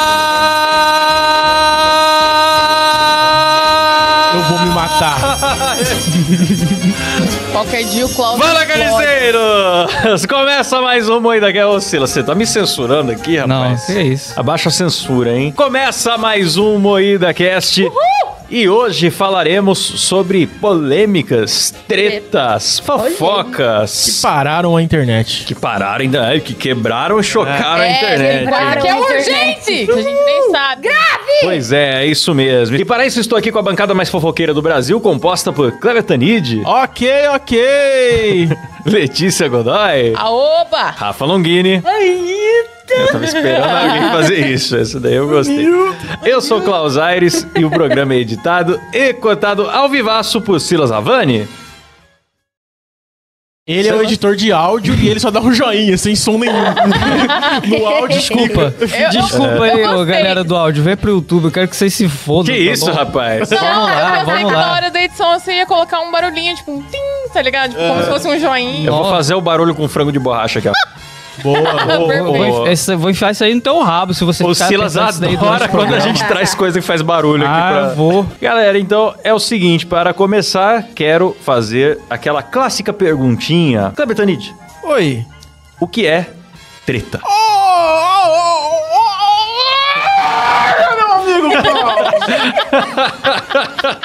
tá. Qualquer dia o Cláudio. Fala, carniceiros! Começa mais um Moída Cast. Ô, Sila, você tá me censurando aqui, Não, rapaz? que é isso. Abaixa a censura, hein? Começa mais um Moída Cast. E hoje falaremos sobre polêmicas, tretas, fofocas pararam a internet. que pararam ainda, é, que quebraram e chocaram a internet. Que é urgente! Que a gente nem sabe. Pois é, é isso mesmo. E para isso estou aqui com a bancada mais fofoqueira do Brasil, composta por Cléber Tanid, Ok, ok. Letícia Godoy, A Ah, oba! Rafa Longini. Eu tava esperando alguém fazer isso. Essa daí eu gostei. Eu sou Klaus Aires e o programa é editado e cotado ao vivaço por Silas Avani. Ele é o editor de áudio e ele só dá um joinha, sem som nenhum. no áudio, Desculpa. Desculpa eu aí, ô, gostei. galera do áudio. Vem pro YouTube, eu quero que vocês se fodam. Que tá isso, bom? rapaz? Vamos Não, lá, eu pensei vamos que na lá. hora da edição você ia colocar um barulhinho, tipo um tim, tá ligado? Tipo, como se fosse um joinha. Eu vou Nossa. fazer o barulho com frango de borracha aqui. ó. Boa. Eu Perfeito. Vou, esse- vou enfiar isso aí no teu rabo se você O ficar Silas pensando isso daí durante adora o quando a programa. gente traz coisa que faz barulho aqui Ah, pra... vou. Galera, então é o seguinte, para começar, quero fazer aquela clássica perguntinha. Kleber Tanid, Oi. o que é treta?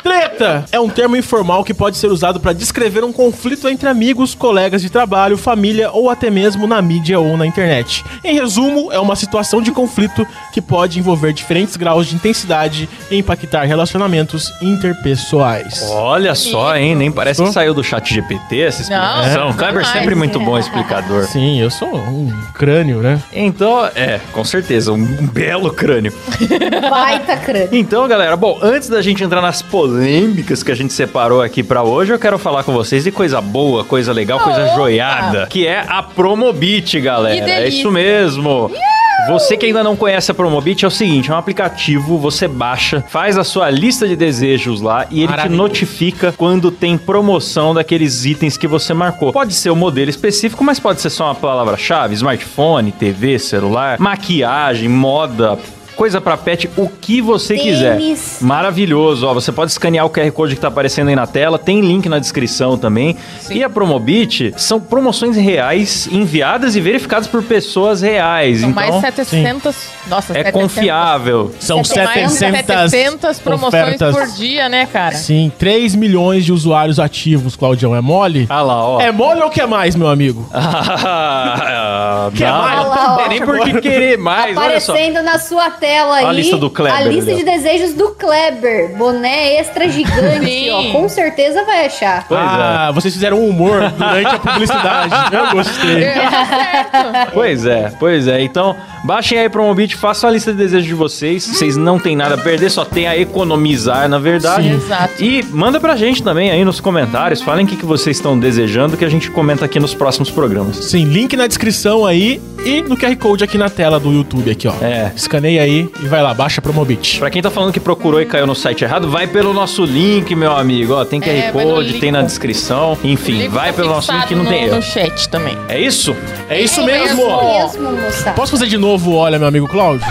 Treta é um termo informal que pode ser usado para descrever um conflito entre amigos, colegas de trabalho, família ou até mesmo na mídia ou na internet. Em resumo, é uma situação de conflito que pode envolver diferentes graus de intensidade e impactar relacionamentos interpessoais. Olha só, hein? Nem parece que saiu do chat GPT essa Não, explicação. não Kleber é mais. sempre muito bom explicador. Sim, eu sou um crânio, né? Então, é, com certeza, um belo crânio. Baita crânio. Então, galera, bom, antes da gente entrar nas polêmicas que a gente separou aqui pra hoje, eu quero falar com vocês de coisa boa, coisa legal, coisa joiada, que é a Promobit, Que galera. É delícia. isso mesmo. Você que ainda não conhece a Promobit, é o seguinte, é um aplicativo, você baixa, faz a sua lista de desejos lá e ele te Maravilhoso. notifica quando tem promoção daqueles itens que você marcou. Pode ser um modelo específico, mas pode ser só uma palavra-chave, smartphone, TV, celular, maquiagem, moda, coisa pra pet, o que você quiser. Tênis. Maravilhoso, ó, você pode escanear o QR Code que tá aparecendo aí na tela, tem link na descrição também. E a Promobit são promoções reais enviadas e verificadas por pessoas reais, São então mais 700. Nossa, é 700. confiável. São Você tem Mais 700, 700 promoções ofertas. por dia, né, cara? Sim, 3 milhões de usuários ativos, Claudião. É mole? Ah lá, ó. É mole ou quer mais, meu amigo? Ah, Quer não, mais? não Olha lá, tem ó. nem por que querer mais, olha só. Aparecendo na sua tela aí. a lista do Kleber, A lista ali, de ó. desejos do Kleber. Boné extra gigante, Sim. ó. Com certeza vai achar. Pois é. ah, vocês fizeram um humor durante a publicidade. Eu gostei. É. Pois é, pois é. Então, baixem aí Promobit, façam a lista de desejos de vocês. Vocês não tem nada a perder, só tem a economizar, na verdade. Uhum. Sim. Exato. E manda pra gente também aí nos comentários, falem o que, que vocês estão desejando que a gente comenta aqui nos próximos programas. Sim, link na descrição aí e no QR Code aqui na tela do YouTube, aqui, ó. É. Escaneia aí e vai lá, baixa Promobit. Pra quem tá falando que procurou e caiu no site errado, vai pelo nosso link, meu amigo. Ó, tem QR É, vai no Code, link. tem na descrição. O Enfim, livro vai tá pelo nosso link, fixado não tem no, erro. no chat também. É isso? É isso É mesmo? mesmo. ó. Mesmo, moça. Posso fazer de novo, olha, meu amigo Cláudio?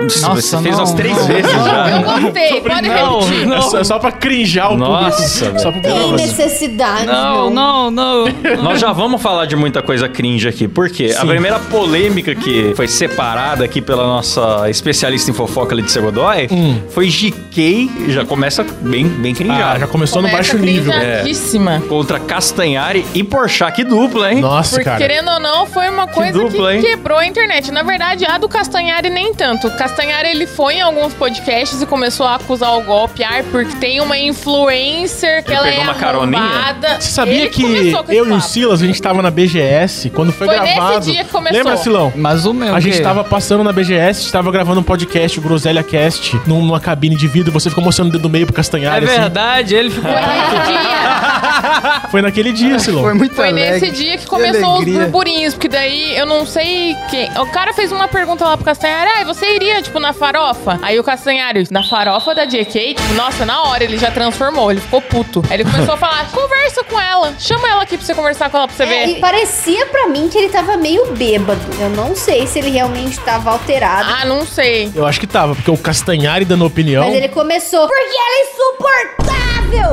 Nossa, Você fez não, umas três não. vezes já. Eu gostei, pode Não, repetir. É só, é só pra crinjar o Nossa, público. Só pro Tem público. necessidade. Não, não, não. Nós já vamos falar de muita coisa cringe aqui, porque a primeira polêmica que foi separada aqui pela nossa especialista em fofoca ali de Segodói Hum. foi GK, já começa bem, bem Ah, crinjado. já começou no Começa baixo nível. É. crinjadíssima. Contra Castanhari e Porchat, que dupla, hein? Nossa, Porque, cara. querendo ou não, foi uma coisa dupla, que hein? quebrou a internet. Na verdade, a do Castanhari nem tanto. O Castanhari, ele foi em alguns podcasts e começou a acusar o golpe. Ah, porque tem uma influencer que Ele ela pegou é uma caroninha? arrombada. Você sabia Ele que começou com esse eu e o papo. Silas, a gente tava na BGS quando foi, Foi nesse gravado. dia que começou. Lembra, Silão? Mas o meu. A o gente quê? tava passando na BGS, tava gravando um podcast, o Groselha Cast, numa cabine de vidro, você ficou mostrando o dedo meio pro É Castanhari, assim. verdade, ele ficou. Foi nesse dia, Foi naquele É, dia, Silão. Foi muito foi alegre. nesse dia que começou os alegria. burburinhos, porque daí eu não sei quem. O cara fez uma pergunta lá pro Castanhari, ah, você iria dia, tipo, na farofa. Aí o Castanhari, na farofa da JK, tipo, nossa, na hora ele já transformou, ele ficou puto. Aí ele começou a falar, conversa com ela, chama ela aqui pra você conversar com ela, pra você É, ver. e parecia pra mim que ele tava meio bêbado. Eu não sei se ele realmente tava alterado. Ah, não sei. Eu acho que tava, porque o Castanhari dando opinião. Mas ele começou. Porque ela é insuportável!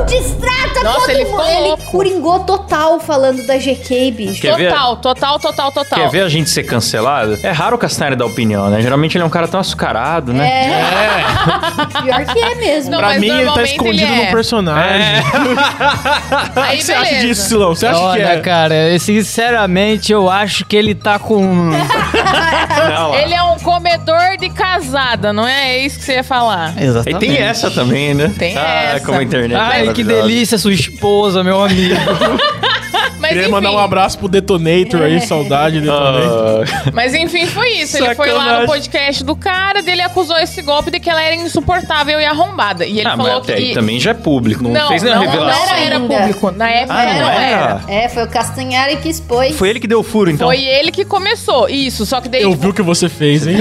Destrata Nossa, todo ele mundo! ficou Ele louco. coringou total falando da GK, bicho. Quer ver? total, total, total, total. Quer ver a gente ser cancelado? É raro o Castanheira dar opinião, né? Geralmente ele é um cara tão açucarado, né? É, É, pior que é mesmo. Não, pra mas mim ele tá normalmente escondido ele é. num personagem. Ah, O Aí, que você acha beleza. disso, Silão? Você acha que Olha, é? cara, sinceramente eu acho que ele tá com. Não, Ele é um comedor de casada, não é? É isso que você ia falar. E Exatamente. tem essa também, né? Tem ah, essa. como a internet. é Ai, que maravilhosa. delícia, sua esposa, meu amigo. Mas Queria enfim, É. mandar um abraço pro Detonator aí, saudade Detonator. Ah, mas enfim, foi isso. Ele foi lá Sacanagem. no podcast do cara, dele acusou esse golpe de que ela era insuportável e arrombada. E ele ah, mas falou até aí que. também já é público, não, Não, fez não, nenhuma não, revelação. era, era ainda. público. Na época Ah, não não era. era? É, foi o Castanhari que expôs. Foi ele que deu o furo, então. Foi ele que começou. Isso, só que daí Eu tipo, vi o que você fez, hein?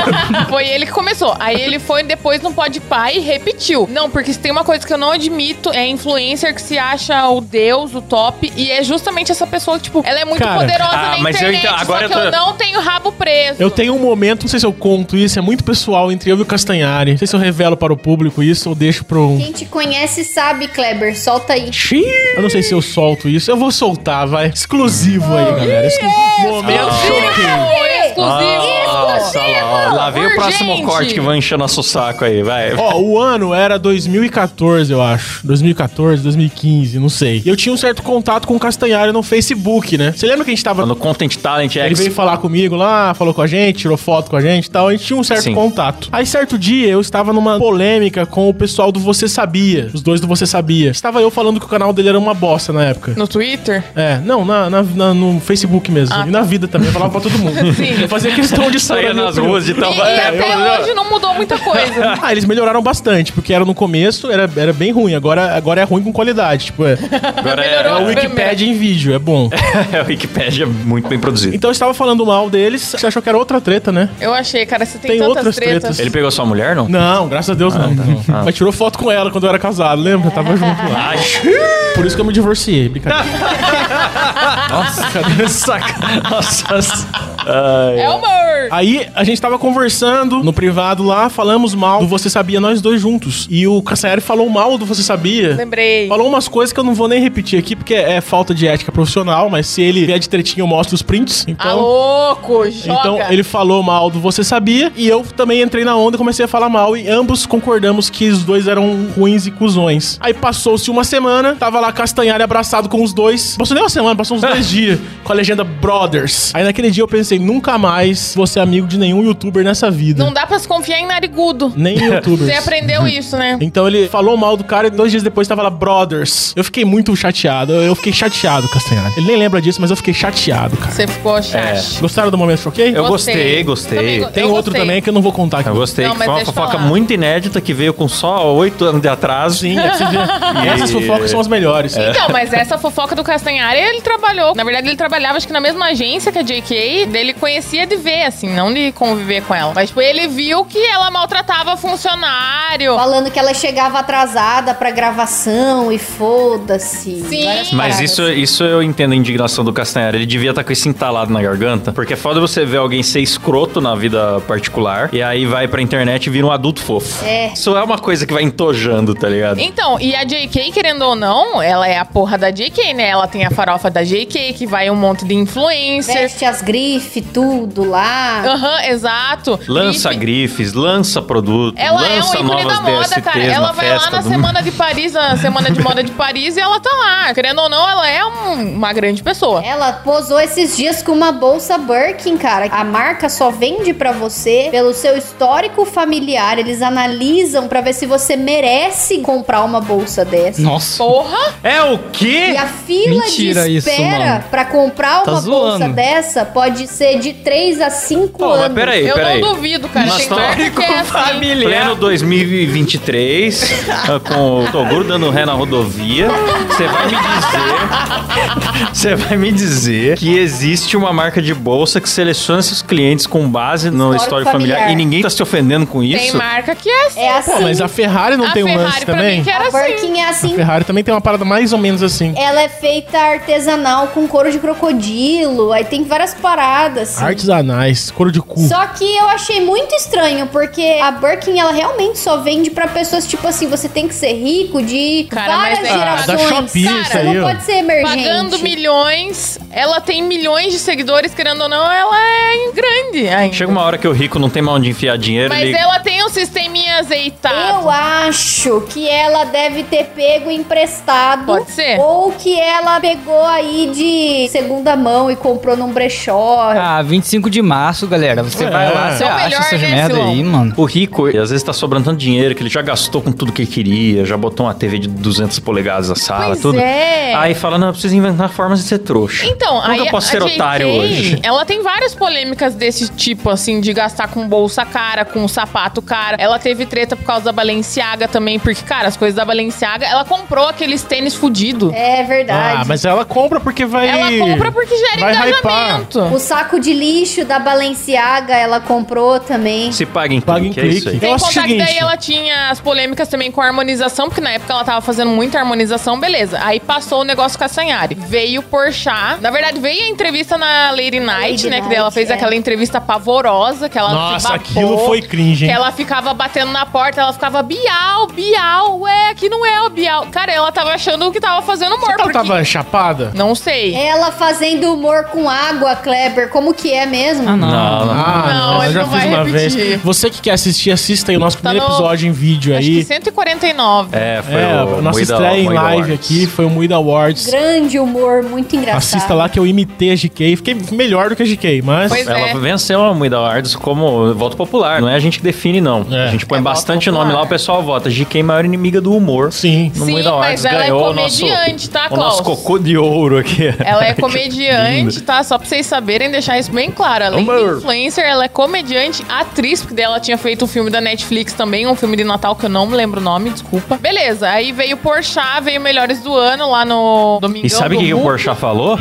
Foi ele que começou. Aí ele foi depois no Podpah e repetiu. Não, porque se tem uma coisa que eu não admito, é influencer que se acha o deus, o top, e é justamente essa pessoa que, tipo, ela é muito Cara, poderosa ah, na mas eu internet, então- só agora que eu eu, tô- não tenho rabo preso. Eu tenho um momento, não sei se eu conto isso, é muito pessoal entre eu e o Castanhari. Não sei se eu revelo para o público isso ou deixo para um. Quem te conhece sabe, Kleber. Solta aí. Eu não sei se eu solto isso. Eu vou soltar, vai. Exclusivo aí, galera. Exclu- Momento Ah. shocking. Foi exclusivo! Nossa, Ah, lá, lá veio o Urgente. próximo corte que vai encher nosso saco aí, vai. Ó, o ano era 2014, eu acho. 2014, 2015, não sei. E eu tinha um certo contato com o Castanhari no Facebook, né? Você lembra que a gente tava No Content Talent Ele veio X. falar comigo lá, falou com a gente, tirou foto com a gente e tal. A gente tinha um certo Sim. contato. Aí, certo dia, eu estava numa polêmica com o pessoal do Você Sabia. Os dois do Você Sabia. Estava eu falando que o canal dele era uma bosta na época. No Twitter? É, não, na, na- na- no Facebook mesmo. E na vida também. Eu falava pra todo mundo. Sim. Eu fazia questão de Ah, tá. Saía sair nas ruas então, de tal. e e até hoje não mudou muita coisa. Ah, eles melhoraram bastante, porque era no começo, era, era bem ruim. Agora, agora é ruim com qualidade. Tipo, é, Agora é é, o Wikipedia em vídeo, é bom. é o Wikipedia muito bem produzido. Então eu estava falando mal deles. Você achou que era outra treta, né? Eu achei, cara, você tem, Tem tantas outras tretas. tretas. Ele pegou sua mulher, não? Não, graças a Deus não. Mas tirou foto com ela quando eu era casado, lembra? Tava junto lá. Ai, Por isso que eu me divorciei, brincadeira. nossa, saca. Nossa. Ai. É o amor! Aí a gente tava conversando no privado lá, falamos mal do Você Sabia, nós dois juntos. E o Cassaieri falou mal do Você Sabia. Lembrei. Falou umas coisas que eu não vou nem repetir aqui, porque é falta de ética profissional, mas se ele vier de tretinha, eu mostro os prints. Então, Ah, louco, joga. Então ele falou mal do Você Sabia e eu também entrei na onda e comecei a falar mal e ambos concordamos que os dois eram ruins e cuzões. Aí passou-se uma semana, tava lá Castanhari abraçado com os dois. Passou nem uma semana, passou uns dois dias com a legenda Brothers. Aí naquele dia eu pensei, nunca mais vou ser amigo de nenhum youtuber nessa vida. Não dá pra se confiar em narigudo. Nem youtubers. Você aprendeu isso, né? Então ele falou mal do cara e dois dias depois tava lá, brothers. Eu fiquei muito chateado. Eu eu fiquei chateado, Castanhari. Ele nem lembra disso, mas eu fiquei chateado, cara. Você ficou chato. Gostaram do momento choquei? Eu gostei, gostei. Também go- Tem eu outro gostei. também que eu não vou contar aqui. Eu gostei, Não, que mas foi uma deixa eu fofoca falar. muito inédita que veio com só oito anos de atraso. Sim, é pra você ver. E essas fofocas são as melhores. Então, mas essa fofoca do Castanhari, ele trabalhou. Na verdade, ele trabalhava, acho que na mesma agência que a JK. Ele conhecia de ver, assim, não de conviver com ela. Mas, tipo, ele viu que ela maltratava funcionário. Falando que ela chegava atrasada pra gravação e foda-se. Sim. Várias Mas paradas. isso, isso eu entendo a indignação do Castanheira. Ele devia estar com isso entalado na garganta. Porque é foda você ver alguém ser escroto na vida particular e aí vai pra internet e vira um adulto fofo. É. Isso é uma coisa que vai entojando, tá ligado? Então, e a JK, querendo ou não, ela é a porra da JK, né? Ela tem a farofa da JK, que vai um monte de influencer. Veste as grifes, tudo lá. Aham, exato. Lança Grife. grifes, lança produto, Ela lança é um ícone novas da moda, DSTs cara. Ela na vai lá festa na do- semana de Paris, na semana de moda de Paris, e ela tá lá. Querendo ou não, ela é um- uma grande pessoa. Ela posou esses dias com uma bolsa Birkin, cara. A marca só vende pra você pelo seu histórico familiar. Eles analisam pra ver se você merece comprar uma bolsa dessa. Nossa. Porra! É o quê? E a fila Mentira de isso, espera mano. pra comprar Tá uma bolsa zoando. dessa pode ser de 3 a 5 Pô, mas anos. peraí, Eu peraí. não duvido, cara. Mas Tem tá- marca que é assim. Pleno 2023, ah, com o Toguro dando ré na rodovia, você vai me dizer. Você vai me dizer que existe uma marca de bolsa que seleciona seus clientes com base no Histórico histórico familiar. familiar. e ninguém tá se ofendendo com Tem isso. marca que é assim. É assim. Pô, mas a Ferrari não a tem um Ferrari lance pra também? mim que era a assim. Birkin é assim. Ferrari também tem uma parada mais ou menos assim. Ela é feita artesanal com couro de crocodilo, aí tem várias paradas. assim. Artesanais, couro de cu. Só que eu achei muito estranho, porque a Birkin, ela realmente só vende pra pessoas, tipo assim, você tem que ser rico de Cara, várias mas é- Ah, gerações. da Shopee Cara, isso aí, não ó. pode ser emergente. Pagando milhões, ela tem milhões de seguidores, querendo ou não, ela é grande ainda. Chega uma hora que o rico não tem mais onde enfiar dinheiro, Mas ele ela tem um sisteminha azeitado. Eu acho que ela deve ter pego emprestado. Pode ser. Ou que ela pegou aí de segunda mão e comprou num brechó. Ah, 25 de março, galera. Você É. vai lá, você É o acha melhor, essas né, merda Silão? aí, mano. O rico, às vezes, tá sobrando tanto dinheiro que ele já gastou com tudo que queria, já botou uma TV de 200 polegadas na sala, Pois tudo. é. Aí fala, não, eu preciso inventar formas de ser trouxa. Então, Como aí que eu posso a ser JK, otário hoje? Ela tem várias polêmicas desse tipo, assim, de gastar com bolsa cara, com sapato cara. Ela teve treta por causa da Balenciaga também, porque, cara, as coisas da Balenciaga, ela comprou aqueles tênis fudido. É verdade. Ah, mas ela compra porque vai. Ela compra porque gera vai engajamento. O saco de lixo da Balenciaga ela comprou também. Se paga em clique, Paga em é isso aí. clique. Sem Eu acho o contar que daí seguinte. ela tinha as polêmicas também com a harmonização, porque na época ela tava fazendo muita harmonização, beleza. Aí passou o negócio com a Sanhari. Veio Porchat. Na verdade, veio a entrevista na Lady Night, Lady né? que daí ela Night, fez é. aquela entrevista pavorosa, que ela se Nossa, babou, aquilo foi Que cringe, hein? ela ficava batendo na porta, ela ficava Bial, Bial, ué, aqui não é o Bial. Cara, ela tava achando que tava fazendo humor, Será que ela porque... tava chapada? Não sei. Ela fazendo humor com água, Kleber. Como que é mesmo? Ah, não. Não, não. Ah, Não, não, eu ele já não fiz vai uma repetir. vez. Você que quer assistir, assista aí o nosso Tá primeiro no- episódio em vídeo Acho aí. que 149. É, foi É, o a nossa Moída- estreia em Moída live Awards. aqui foi o Moída Awards. Grande humor, muito engraçado. Assista lá que eu imitei a GK. Fiquei melhor do que a GK, mas. Pois Ela é. venceu a Moída Awards como voto popular. Não é a gente que define, não. É. A gente põe É voto bastante popular. nome lá, o pessoal vota. GK, maior inimiga do humor. Sim. No Sim, Moída Awards mas ela é ganhou o nosso- comediante, tá, O nosso Klaus? cocô de ouro aqui. Ela é Que comediante, lindo. tá? Só pra vocês saberem, deixar isso bem claro. Além de Amor. influencer, ela é comediante, atriz, porque daí ela tinha feito um filme da Netflix também, um filme de Natal que eu não me lembro o nome, desculpa. Beleza, aí veio Porchat, veio Melhores do Ano lá no Domingão E sabe o do que, que o Hulk. Porchat falou?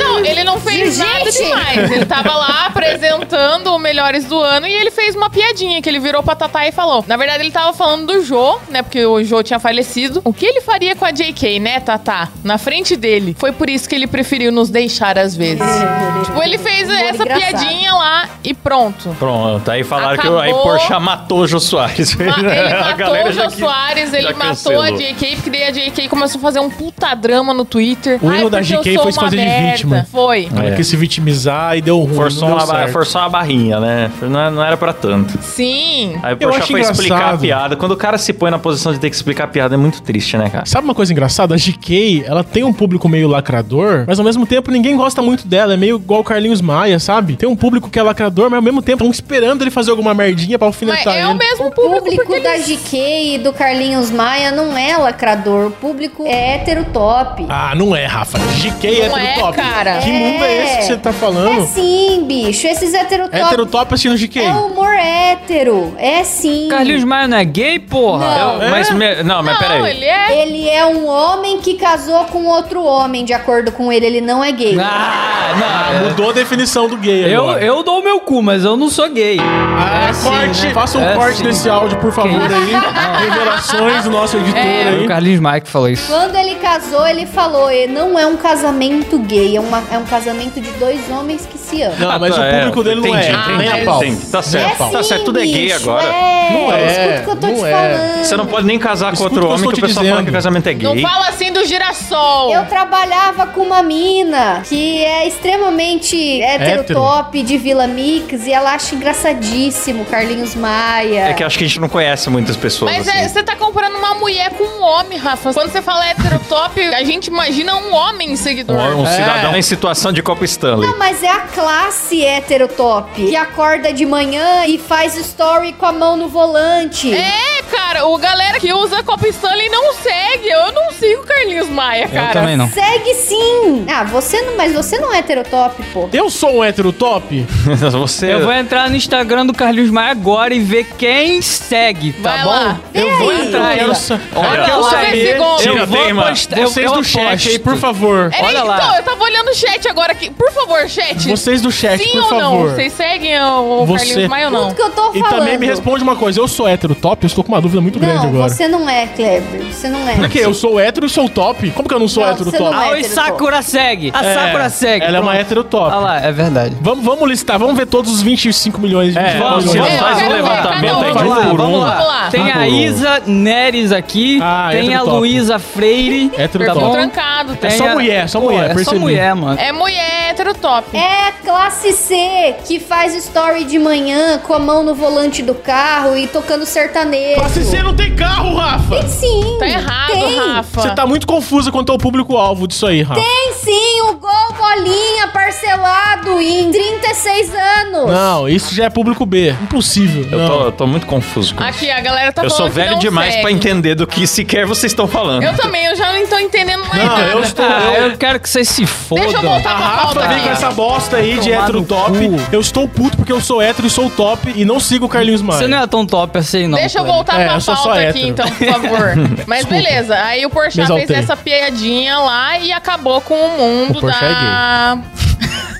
Não, ele não fez Gente! nada demais. Ele tava lá apresentando o Melhores do Ano e ele fez uma piadinha que ele virou pra Tatá e falou. Na verdade, ele tava falando do Jô, né? Porque o Jô tinha falecido. O que ele faria com a JK, né, Tatá? Na frente dele. Foi por isso que ele preferiu nos deixar às vezes. É, tipo, ele fez essa engraçado. piadinha lá e pronto. Pronto, aí falaram Acabou. que o aí Porchat matou o Jô Soares. Ma- Ele A matou galera o já Jô que- Soares, já ele matou a cancelou. JK, porque daí a JK começou a fazer um puta drama no Twitter. O erro da porque eu JK sou foi se uma fazer de merda. vítima. Foi. Ela É. quis se vitimizar e deu ruim. Forçou um não uma, deu barra- certo. forçou uma barrinha, né? Não, não era pra tanto. Sim. Aí o Eu Porchat acho foi explicar a engraçado. piada. Quando o cara se põe na posição de ter que explicar a piada, é muito triste, né, cara? Sabe uma coisa engraçada? A GK, ela tem um público meio lacrador, mas ao mesmo tempo ninguém gosta muito dela. É meio igual o Carlinhos Maia, sabe? Tem um público que é lacrador, mas ao mesmo tempo estão esperando ele fazer alguma merdinha pra Mas alfinetar é ele. o tá mesmo O público, porque público da eles- GK e do Carlinhos Maia não é lacrador. O público é hétero top. Ah, não é, Rafa. GK é Não é, heterotop. cara. Que mundo é esse que você tá É falando? É sim, bicho. Esses hétero top. Heterotop assistindo GK. É humor hétero. É sim. Carlinhos Maia não é gay, porra? Não. Eu- mas me- não, mas é? Não, peraí. ele é. Ele é um homem que casou com outro homem, de acordo com ele. Ele não é gay. Ah, Ah, não. mudou a definição do gay Eu, É. agora. eu dou o meu cu, mas eu não sou gay. Ah, É assim, corte. né? Faça um É corte assim. desse áudio, por favor, Que aí. Revelações do nosso editor É. Foi o aí. Carlinhos Maia que falou isso. Quando ele casou, ele falou: "E não é um casamento gay, é, uma- é um casamento de dois homens que se amam. Não, mas Ah, o tá, é. público dele não é. Entendi, nem entendi, a pau. entendi. Tá É certo. sim, tá certo, tudo é gay bicho, agora. É. Não é, Escuta o que eu tô não te é. falando. Você não pode nem casar com Escuta outro o que eu homem estou que o te pessoal fala que dizendo. casamento é Não gay. fala assim do girassol. Eu trabalhava com uma mina que é extremamente Hétero. heterotop de Vila Mix e ela acha engraçadíssimo Carlinhos Maia. É que acho que a gente não conhece muitas pessoas. Mas assim. é, você tá comparando uma mulher com um homem, Rafa. Quando você fala heterotop, a gente imagina um homem seguidor. Um, um É. cidadão em situação de Copa Stanley. falei. Não, mas é a classe hétero top. Que acorda de manhã e faz story com a mão no volante. É, cara, o galera que usa Copa Stanley não segue. Eu não sigo o Carlinhos Maia, cara. Eu também não. Segue sim! Ah, você não, mas você não é hétero top, pô. Eu sou um hétero top? Você... É. Eu vou entrar no Instagram do Carlinhos Maia agora e ver quem segue, tá Vai bom? lá. Eu E vou aí? entrar. Eu, Eu sa- olha Eu lá. sabia. eu Eu Tira, vou teima. apostar- eu- Vocês eu do chat aí, aposto. por favor. É, Olha lá. Então, eu tava olhando o chat agora aqui. Por favor, chat. tipo, Vocês do chat, sim É, por ou não? favor. Vocês seguem o, o Você- Carlinhos Maia ou não? Tudo que eu tô E falando. também me responde uma coisa, eu sou hétero top? Eu estou com uma dúvida muito grande Não, agora. você não é, Kleber. Você não é. Por quê? Eu sou hétero e sou top? Como que eu não sou Não, hétero você top? Ah, não é. Aoi hétero, Sakura segue. A É, Sakura segue. Ela é uma Pronto. hétero Olha top. lá, é verdade. Vamos, vamos listar, vamos ver todos os 25 milhões de É, vamos, milhões. vamos, eu faz um quero ver, levantamento cada aí um. de um Vamos lá, por um. vamos lá. Vamos lá. Tem Tá a bom. Isa Neres aqui, Ah, tem hétero a top. Luísa Freire, Hétero tá Perfil top. bom? trancado. É Tem só a- mulher, só Pô, mulher, É só percebi. mulher, mano. É mulher hétero top. É classe C, que faz story de manhã com a mão no volante do carro e tocando sertanejo. Classe C não tem carro, Rafa! Sim. Tá errado, tem. Rafa. Você tá muito confusa quanto ao público-alvo disso aí, Rafa. Tem sim o gol bolinha parcelado em 36 anos. Não, isso já é público B. Impossível. Eu não. tô, eu tô muito confuso. com isso. Aqui, a galera tá eu falando sou que velho não demais segue. pra entender do que sequer vocês estão falando. Eu também, eu já não tô entendendo mais Não, nada. eu estou. Ah, eu- eu quero que vocês se fodam. Ah, Deixa eu voltar A pra pauta Rafa vem aqui. com essa bosta aí de Tomar hétero no top. cu. Eu estou puto porque eu sou hétero e sou top e não sigo o Carlinhos Maia. Você não é tão top assim, não. Deixa eu Kleber. voltar É, pra eu sou só pauta aqui, hétero. então, por favor. Mas beleza, aí o Porchat Me fez exaltei. essa piadinha lá e acabou com o mundo O Porchat é da...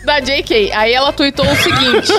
da JK. Aí ela tuitou o seguinte.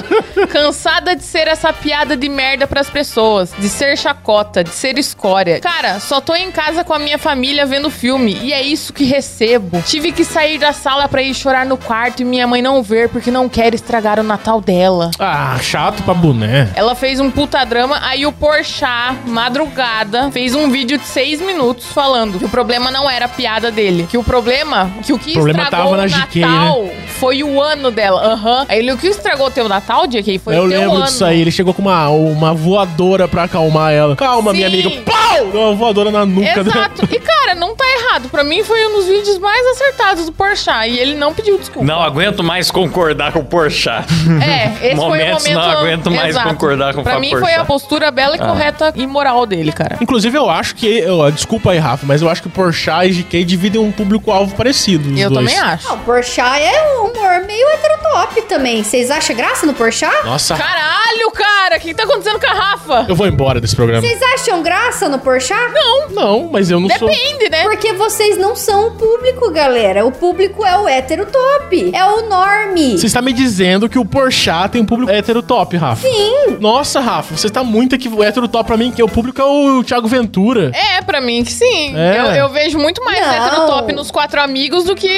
Cansada de ser essa piada de merda pras pessoas, de ser chacota, de ser escória. Cara, só tô em casa com a minha família vendo filme e é isso que recebo. Tive que sair da sala pra ir chorar no quarto e minha mãe não ver porque não quer estragar o Natal dela. Ah, chato pra boné. Ela fez um puta drama, aí o Porchat, madrugada, fez um vídeo de seis minutos falando que o problema não era a piada dele. Que o problema, que o que O problema estragou tava na né? o GK, Natal foi o ano dela. Aham. Aí ele, o que estragou teu Natal, JK, foi eu o teu lembro ano. disso aí. Ele chegou com uma, uma voadora pra acalmar ela. Calma, minha Sim. amiga. Pau! Deu uma voadora na nuca dela. Exato. E, cara, não tá errado. Pra mim foi um dos vídeos mais acertados do Porchat. E ele não pediu desculpa. Não aguento mais concordar com o Porchat. É, esse foi o Momentos momento... não aguento mais concordar com o Pra Fábio mim foi Porchat. Ah. a postura bela e correta e moral dele, cara. Inclusive, eu acho que. eu- desculpa aí, Rafa, mas eu acho que Porchat e GK dividem um público-alvo parecido. os Eu dois. também acho. Ah, o Porchat é um humor meio heterotop também. Vocês acham graça no Porchat? Nossa, Caralho, cara, o que tá acontecendo com a Rafa? eu vou embora desse programa. Vocês acham graça no Porchat? Não, Não, mas eu não sou. depende, né? Porque vocês não são o público, galera. O público é o hétero top. É o norme. Você está me dizendo que o Porchat tem um público hétero top, Rafa? Sim. Nossa, Rafa, você tá muito aqui. O hétero top pra mim, que o público é o Thiago Ventura. É, pra mim que sim. É. Eu, eu vejo muito mais Não. hétero top nos quatro amigos do que.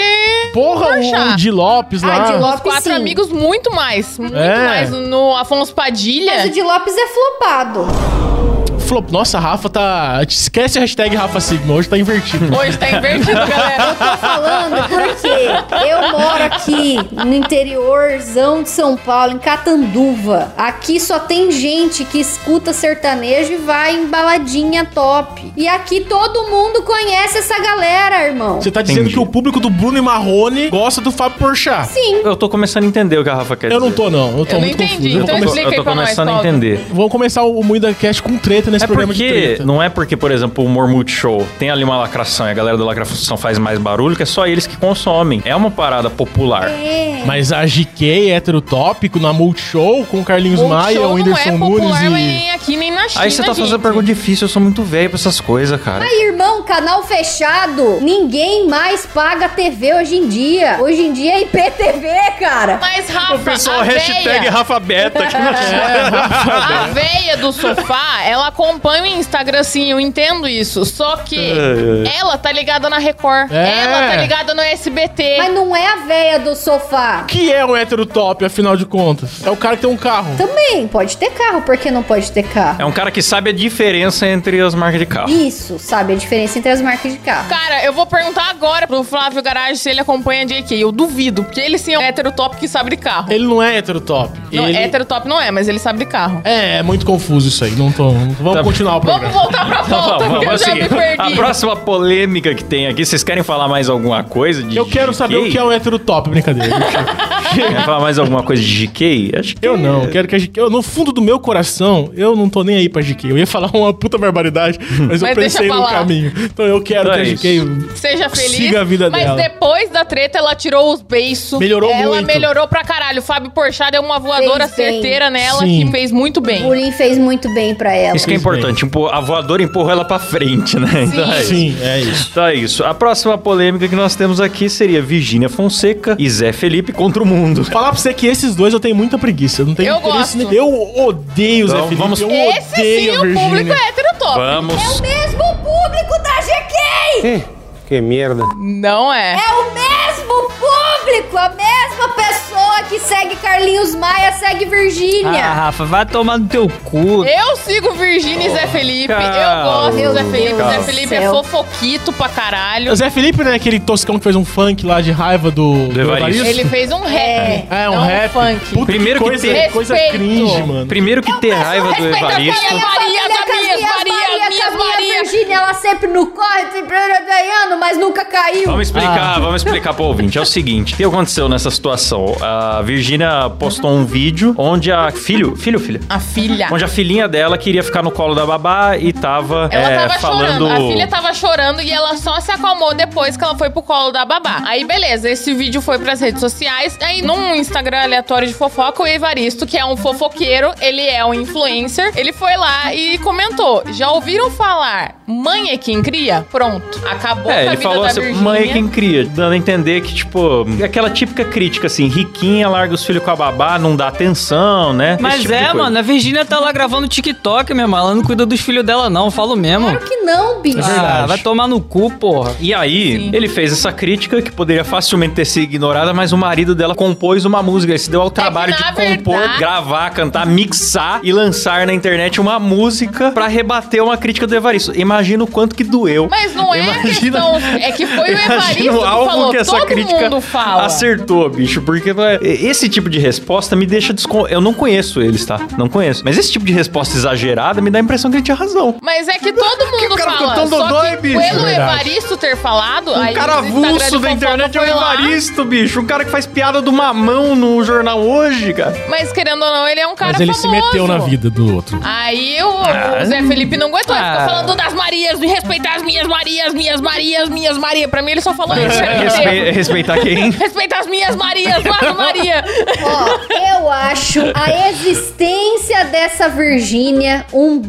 Porra, Porchat. o, o Di Lopes lá. Ah, Di Lopes. Os quatro sim. amigos, muito mais. Muito É. mais no Afonso Mas o Padilha. de Lopes é flopado. Flop. Nossa, Rafa tá. Esquece a hashtag Rafa Sigma, hoje tá invertido. Hoje tá invertido, é galera. Tô falando porque eu moro aqui no interiorzão de São Paulo, em Catanduva. Aqui só tem gente que escuta sertanejo e vai em baladinha top. E aqui todo mundo conhece essa galera, irmão. Você tá dizendo Entendi. que o público do Bruno e Marrone gosta do Fábio Porchat. Sim. Eu tô começando a entender o que a Rafa quer Eu dizer. não tô, não. Eu tô Eu não muito entendi, confuso. Eu Eu vou tô, então come- explica aí pra nós, começando a Paulo. entender. Vamos começar o Muida Cast com treta nesse É programa de porque treta. não é porque, por exemplo, o humor multishow tem ali uma lacração e a galera da lacração faz mais barulho, que é só eles que consomem. É uma parada popular. É, Mas a GK heterotópico na Multishow com o Carlinhos O Maia, show o não é Whindersson Nunes popular e. nem aqui nem na China. Aí você tá fazendo gente. pergunta difícil, eu sou muito velho pra essas coisas, cara. Aí, irmão, canal fechado. Ninguém mais paga TV hoje em dia. Hoje em dia é IPTV, cara. Mas, Rafa, a É, véia, Rafa Beta é. aqui na a véia do sofá, ela acompanha o Instagram, sim, eu entendo isso. Só que É, ela tá ligada na Record. É. Ela tá ligada no SBT. Mas não é a véia do sofá. O que é um heterotop, afinal de contas? É o cara que tem um carro. Então- Também pode ter carro, por que não pode ter carro? É um cara que sabe a diferença entre as marcas de carro. Isso, sabe a diferença entre as marcas de carro. Cara, eu vou perguntar agora pro Flávio Garage se ele acompanha a JK. Eu duvido, porque ele sim é um hétero top que sabe de carro. Ele não é heterotop. Não, Ele... hétero top não é, mas ele sabe de carro. É, é muito confuso isso aí. Não tô. não- Vamos Tá bom. continuar o programa. Vamos voltar Tá pra Então, Vamos, pauta, vamos, porque eu vamos já me seguir. A perdi. próxima polêmica que tem aqui, vocês querem falar mais alguma coisa? de Eu quero GK? saber o que é um heterotop, brincadeira. Quer falar mais alguma coisa de GK? Acho que Eu não, eu quero que a GK. eu- no fundo do meu coração, eu não tô nem aí pra GK. Eu ia falar uma puta barbaridade, mas, eu Mas deixa pensei no falar. caminho. Então eu quero Hum. Então que é a GK. Seja feliz. Siga a vida mas dela. depois da treta, ela tirou os beiços. Melhorou ela muito. melhorou pra caralho. O Fábio Porchat deu uma voadora Fez bem. certeira nela Sim. que fez muito bem. O bullying fez muito bem pra ela. Isso que é Fez bem. importante. Empurra- a voadora empurrou ela pra frente, né? Então é isso. Sim, é isso. Então é isso. A próxima polêmica que nós temos aqui seria Virgínia Fonseca e Zé Felipe contra o mundo. Falar pra você que esses dois eu tenho muita preguiça. Eu não tenho Eu interesse gosto. nem- Eu odeio o Zé Então, Felipe. vamos- Eu Esse odeio sim, a o público Virgínia. é hétero top. Vamos. Mesmo público da GK! Que mierda. Não é. É o mesmo público, a mesma pessoa que segue Carlinhos Maia, segue Ah, Virgínia. Rafa, vai tomar no teu cu. Eu sigo Virgínia e Zé Felipe. Eu gosto Meu do Zé Felipe. Deus Zé do Felipe é céu. fofoquito pra caralho. O Zé Felipe, né? Aquele toscão que fez um funk lá de raiva do, do Evaristo. Ele fez um rap. É, um não rap. funk. Puta, Primeiro que coisa, tem- coisa Respeito. cringe, mano. Primeiro que ter raiva do respeita a Evaristo. Maria. Maria, Maria, Maria, Maria, Maria, Maria. Virgínia, ela sempre no corre, sempre ganhando, mas nunca caiu. Vamos explicar, vamos explicar pro ouvinte. É o seguinte, o que aconteceu nessa situação? A Virgínia postou um vídeo onde a filho, filho, ou filha, A filha. onde a filhinha dela queria ficar no colo da babá e tava, Ela é, tava falando chorando, a filha tava chorando e ela só se acalmou depois que ela foi pro colo da babá. Aí, beleza, esse vídeo foi pras redes sociais. Aí, num Instagram aleatório de fofoca, o Evaristo, que é um fofoqueiro, ele é um influencer, ele foi lá e comentou: Já ouviram falar mãe é quem cria? Pronto, acabou com a É, ele vida falou da assim, Virgínia. mãe é quem cria, dando a entender que, tipo, é aquela típica crítica, assim, riquinha, larga os filhos com a babá, não dá atenção, né? Mas Esse tipo de é, coisa. mano, a Virgínia tá lá gravando TikTok, meu irmão. Ela não cuida dos filhos dela, não. Falo mesmo. Claro que não, bicho. Ah, vai tomar no cu, porra. E aí, ele fez essa crítica que poderia facilmente ter sido ignorada, mas o marido dela compôs uma música. Ele se deu ao trabalho É na de compor, verdade- gravar, cantar, mixar e lançar na internet uma música pra rebater uma crítica do Evaristo. Imagina o quanto que doeu. Mas não é Imagina- questão. É que foi o Evaristo que Imagina o alvo falou. que essa Todo crítica mundo fala. acertou, bicho. Porque né, esse tipo de resposta me deixa descon... Eu não conheço eles, tá? Não conheço. Mas esse tipo de resposta exagerada me dá a impressão que ele tinha razão. Mas é que todo mundo cara ficou fala. tão só dodói, que bicho. pelo Verdade. Evaristo ter falado, Um aí cara os Instagram tá de avulso da fofoca internet é o foi lá. Evaristo, bicho. Um cara que faz piada do mamão no jornal hoje, cara. Mas querendo ou não, ele é um cara Mas ele se famoso. meteu na vida Ah. do outro. Aí o, o Zé Felipe não aguentou, ele ficou Ah. falando das Marias, me respeitar as minhas Marias, minhas Marias, minhas Marias. Pra mim ele só falou isso. Respe- Respeita respeitar quem? Respeitar as minhas Marias, Mara Maria. Ó, eu acho a existência dessa Virgínia um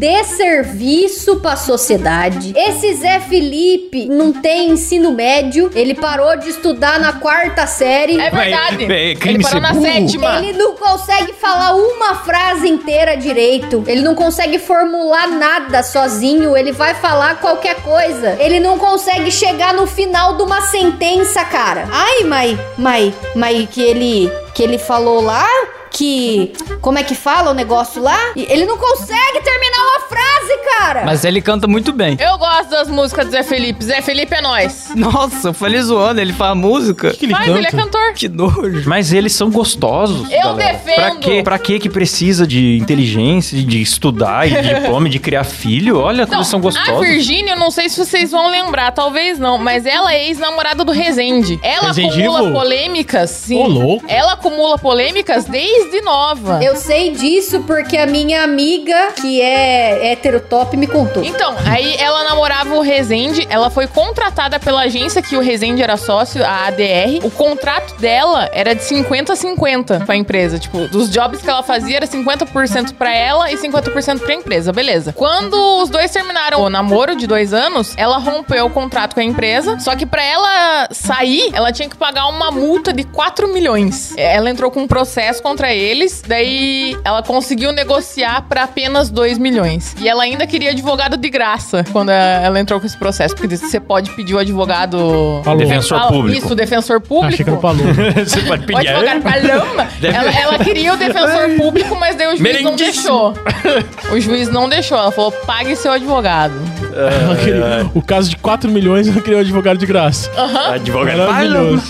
desserviço pra sociedade. Esse Zé Felipe não tem ensino médio, ele parou de estudar na quarta série. É verdade. Vai, é, crime ele parou na ser burro. sétima. Ele não consegue falar uma frase inteira direito. Ele não consegue formular nada sozinho. Ele vai falar qualquer coisa. Ele não consegue chegar no final de uma sentença, cara. Ai, mãe, mãe, mãe, que ele que ele falou lá que como é que fala o negócio lá? E Ele não consegue terminar uma frase, cara. Mas ele canta muito bem. Eu gosto das músicas do Zé Felipe. Zé Felipe é nós. Nossa, eu falei zoando, ele faz música. que ele Mas ele é canta? cantor. Que nojo. Mas eles são gostosos. Eu defendo. Pra que, pra quê que precisa de inteligência, de estudar, e de diploma, de criar filho? Olha como Então, eles são A gostosos. Virgínia, eu não sei se vocês vão lembrar, talvez não, mas ela é ex-namorada do Rezende. Ela Rezende acumula Ivo? polêmicas, sim. Ô, louco. Ela acumula polêmicas desde nova. Eu sei disso porque a minha amiga, que é heterotop, me contou. Então, aí ela namorava o Rezende, ela foi contratada pela agência que o Rezende era sócio, a ADR. O contrato dela era de 50 a 50 pra empresa. Tipo, dos jobs que ela fazia era 50% pra ela e 50% pra empresa, beleza. Quando os dois terminaram o namoro de dois anos, ela rompeu o contrato com a empresa. Só que pra ela sair, ela tinha que pagar uma multa de 4 milhões. Ela entrou com um processo contra eles, daí ela conseguiu negociar pra apenas 2 milhões. E ela ainda queria advogado de graça quando eh, ela entrou com esse processo, porque disse que você pode pedir o advogado. Falou. Defensor Fala- público. Isso, defensor Achei que público. era o Paloma. Você pode O advogado paloma. Deve- Ela, ela queria o defensor público, mas daí o juiz não Merendíssimo. deixou. O juiz não deixou. Ela falou: pague seu advogado. Ela queria- O caso de 4 milhões, ela criou advogado de graça. Ah. Tá Advogado. Maravilhoso.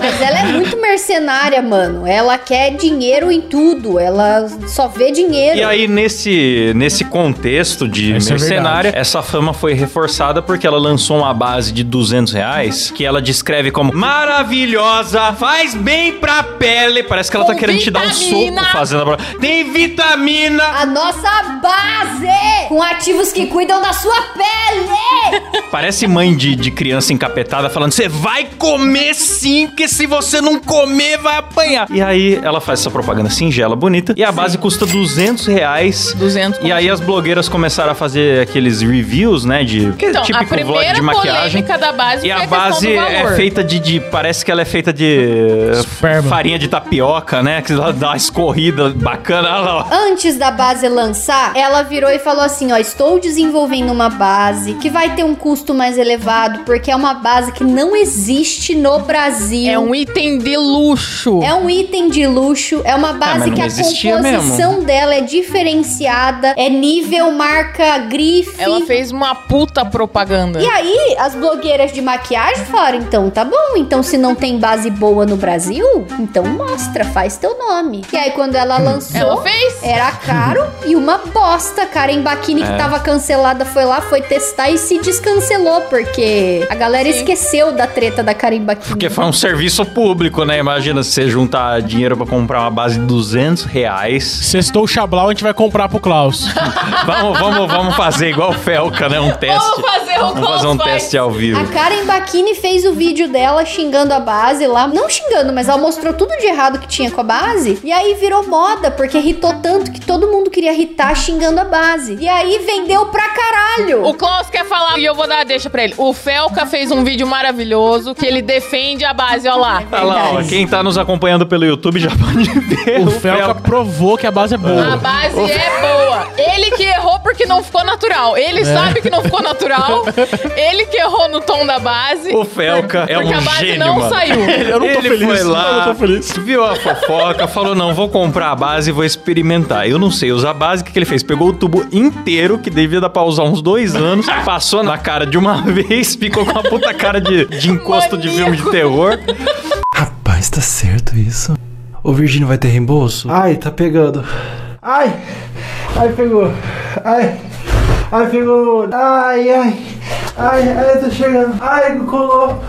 Mas ela é muito mercenária, mano. Ela quer dinheiro em tudo. Ela só vê dinheiro. E aí, nesse, nesse contexto de Isso é verdade. mercenária. Essa fama foi reforçada porque ela lançou uma base de 200 reais que ela descreve como maravilhosa, faz bem pra pele. Parece que ela tá Com querendo te dar um vitamina. soco fazendo a prova. Tem vitamina. A nossa base! Com ativos que cuidam da sua pele! Parece mãe de, de criança encapetada falando: você vai comer sim, que se você não comer, vai apanhar. E aí ela faz essa propaganda singela, bonita, e a base custa 200 reais. 200 E aí as blogueiras começaram a fazer aqueles reviews, né? De Então, a típico vlog primeira de maquiagem. polêmica da base foi E a questão base do é valor. feita de, de- Parece que ela é feita de. Esperma. Farinha de tapioca, né? Que ela dá uma escorrida bacana. Olha lá, ó. Antes da base lançar, ela virou e falou assim: ó, estou desenvolvendo uma base que vai ter um custo mais elevado, porque é uma base que não existe no Brasil. É um item de luxo. É um item de luxo, é uma mas base não que a existia composição dela é diferenciada, é nível marca grife. Ela fez uma puta propaganda. É assim? E aí, as blogueiras de maquiagem falaram: então tá bom, então se não tem base boa no Brasil, então mostra, faz teu nome. E aí, quando ela lançou. Ela fez? Era caro e uma bosta. Karen Bakini, que tava cancelada, foi lá, foi testar e se descancelou, porque a galera esqueceu da treta da Karen Bakini. Porque foi um serviço público, né? Imagina se você juntar dinheiro pra comprar uma base de 200 reais. Sextou o Xablau, a gente vai comprar pro Klaus. Vamos, vamos, vamos fazer igual o Felca, né? Um teste. Vamos fazer o Vamos fazer um Klaus teste ao A vivo. Karen Bakini fez o vídeo dela xingando a base lá. Não xingando, mas ela mostrou tudo de errado que tinha com a base. E aí virou moda, porque irritou tanto que todo mundo queria irritar xingando a base. E aí vendeu pra caralho. O Klaus quer falar e eu vou dar a deixa pra ele. O Felca fez um vídeo maravilhoso que ele defende a base, ó lá. Olha lá, ó, Verdade. quem tá nos acompanhando pelo YouTube já pode ver. O Felca provou que a base é A boa. base é boa. Ele que errou porque não ficou natural. É. Ele sabe que não ficou natural. Ele que errou no tom da base. O Felca é Porque um a base gênio, não mano. saiu. Eu não tô Ele feliz, foi eu lá, não tô feliz. viu a fofoca, falou, não, vou comprar a base e vou experimentar. Eu não sei usar a base, o que, que ele fez? Pegou o tubo inteiro, que devia dar pra usar uns dois anos, passou na cara de uma vez, ficou com uma puta cara de, de encosto de filme de terror. Rapaz, tá certo isso? O Virgínio vai ter reembolso? Ai, tá pegando. Ai! Ai, pegou. Ai! Ai, pegou. Ai, ai. Ai, ai, tá chegando. Ai, colou.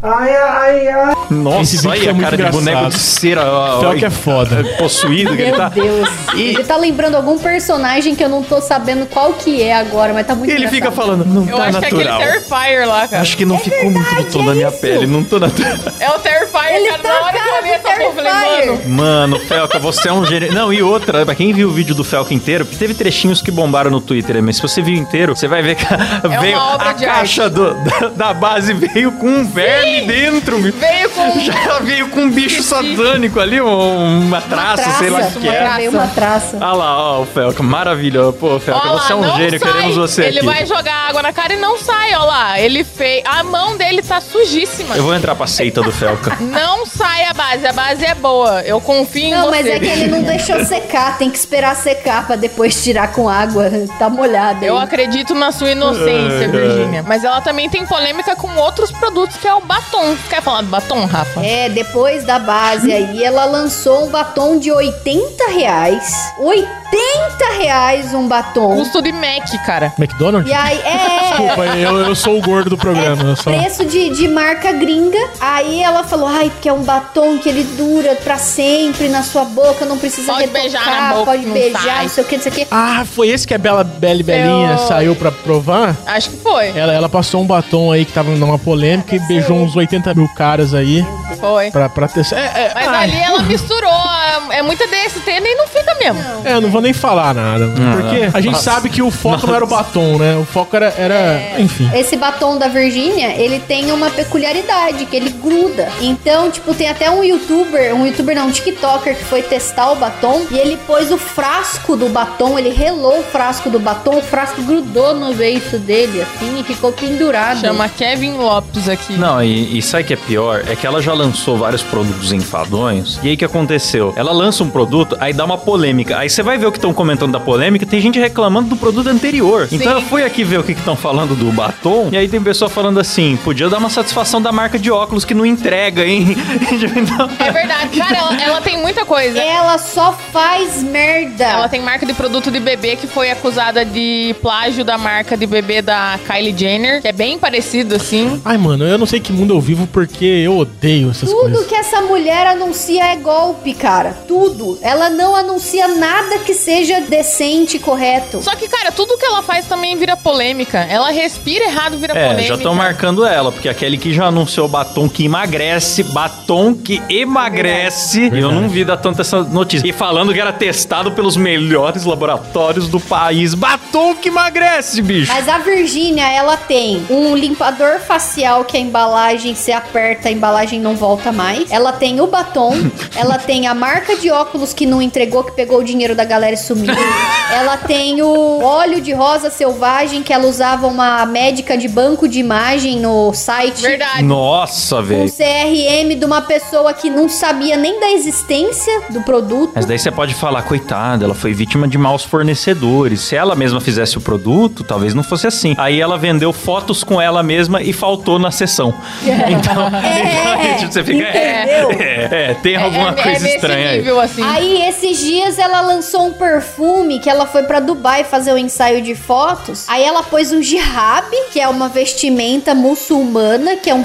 Ai, ai, ai. Esse Nossa, vídeo aí tá a muito cara de engraçado. boneco de cera. ó, Felca é ó, foda. Possuído, que ele tá. Deus. E- Ele tá lembrando algum personagem que eu não tô sabendo qual que é agora, mas tá muito E ele fica engraçado. falando, não Eu tá acho natural. que é aquele É Terrifier lá, cara. Acho que não ficou muito do tom da minha pele, não tô natural. É o Terrifier, Ele cara. tá na hora que eu cara olhei do essa porra, eu falei, Terrifier. mano. Mano, Felca, você é um gênio. Não, e outra, pra quem viu o vídeo do Felca inteiro, porque teve trechinhos que bombaram no Twitter, mas se você viu inteiro, você vai ver que É uma veio obra a de caixa do- da, da base veio com um verme dentro. meu. Veio com- Já veio com um bicho satânico ali, um- uma traça, sei lá o que, uma, que é. veio uma traça. Ah lá, ó, o Felca, maravilhoso. Pô, Felca, Ó lá, você é um não gênio, sai. queremos você Ele aqui. vai jogar água na cara e não sai, ó lá. Ele fez. A mão dele tá sujíssima. Eu vou entrar pra seita do Felca. Não sai a base, a base é boa. Eu confio em Não, você. mas é que ele não deixou secar, tem que esperar secar pra depois tirar com água. Tá molhado. Eu aí. acredito na sua inocência, Virgínia. Mas ela também tem polêmica com outros produtos, que é o batom. Quer falar do batom, Rafa? É, depois da base aí, ela lançou um batom de 80 reais. 80 reais um batom. Custo de Mac, cara. McDonald's? E aí, é. Desculpa, eu, eu sou o gordo do programa. eu sou- Preço de, de marca gringa. Aí ela falou, ai, porque é um batom que ele dura pra sempre na sua boca, não precisa Pode retocar, beijar na boca, pode não beijar, sai. não sei o que, não sei o que. Ah, foi esse que a Bela Bela e Belinha Eu- saiu pra provar? Acho que foi. Ela, ela passou um batom aí que tava numa polêmica e beijou uns 80 mil caras aí Foi. pra, pra ter. É, é, Mas ai, ali ela misturou. é- É muita DST e não fica mesmo. É, eu não vou nem falar nada. porque a gente sabe que o foco não era o batom, né? O foco era. era É. Enfim. Esse batom da Virgínia, ele tem uma peculiaridade, que ele gruda. Então, tipo, tem até um youtuber, um youtuber não, um tiktoker que foi testar o batom e ele pôs o frasco do batom, ele relou o frasco do batom, o frasco grudou no peito dele, assim, e ficou pendurado. Chama Kevin Lopes aqui. Não, e, e sabe o que é pior? É que ela já lançou vários produtos enfadonhos. E aí o que aconteceu? Ela lança um produto, aí dá uma polêmica. Aí você vai ver o que estão comentando da polêmica, tem gente reclamando do produto anterior. Então eu fui aqui ver o que estão falando do batom, e aí tem pessoa falando assim, podia dar uma satisfação da marca de óculos que não entrega, hein? Então, É verdade. Cara, ela, ela tem muita coisa. Ela só faz merda. Ah. Ela tem marca de produto de bebê que foi acusada de plágio da marca de bebê da Kylie Jenner, que é bem parecido assim. Ai, mano, eu não sei que mundo eu vivo porque eu odeio essas Tudo coisas. que essa mulher anuncia é golpe, cara. Tudo. Ela não anuncia nada que seja decente e correto. Só que, cara, tudo que ela faz também vira polêmica. Ela respira errado, vira é, polêmica. já estão marcando ela, porque aquele que já anunciou batom que emagrece, batom que emagrece, e eu não vi dar tanta essa notícia. E falando que era testado pelos melhores laboratórios do país, batom que emagrece, bicho. Mas a Virgínia, ela tem um limpador facial que a embalagem se aperta, a embalagem não volta mais. Ela tem o batom, ela tem a marca de óculos que não entregou, que pegou o dinheiro da galera e sumiu. ela tem o óleo de rosa selvagem que ela usava uma médica de banco de imagem no site. Verdade. Nossa, Um velho. CRM de uma pessoa que não sabia nem da existência do produto. Mas daí você pode falar, coitada, ela foi vítima de maus fornecedores. Se ela mesma fizesse o produto, talvez não fosse assim. Aí ela vendeu fotos com ela mesma e faltou na sessão. Então, É, tipo, você fica. É, entendeu? é, é, tem alguma é, é coisa nesse estranha aí. nível, assim. Aí, esses dias, ela lançou um perfume que ela foi pra Dubai fazer o ensaio de fotos. Aí, ela pôs um jihab, que é uma vestimenta muçulmana, que é um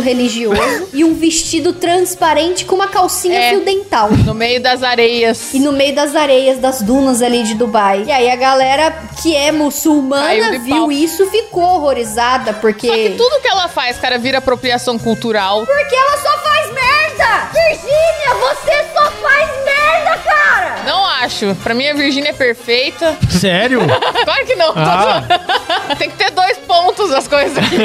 religioso, e um vestido transparente com uma calcinha É. fio dental. No meio das areias. E no meio das areias, das dunas ali de Dubai. E aí, a galera que é Caiu muçulmana de viu pau. isso ficou horrorizada, porque. Só que tudo que ela faz, cara, vira apropriação cultural. Porque ela só faz merda! Virgínia, você só faz merda, cara! Não acho. Pra mim, a Virgínia é perfeita. Sério? Claro que não. tô Ah. zoando. Tem que ter dois pontos as coisas aqui.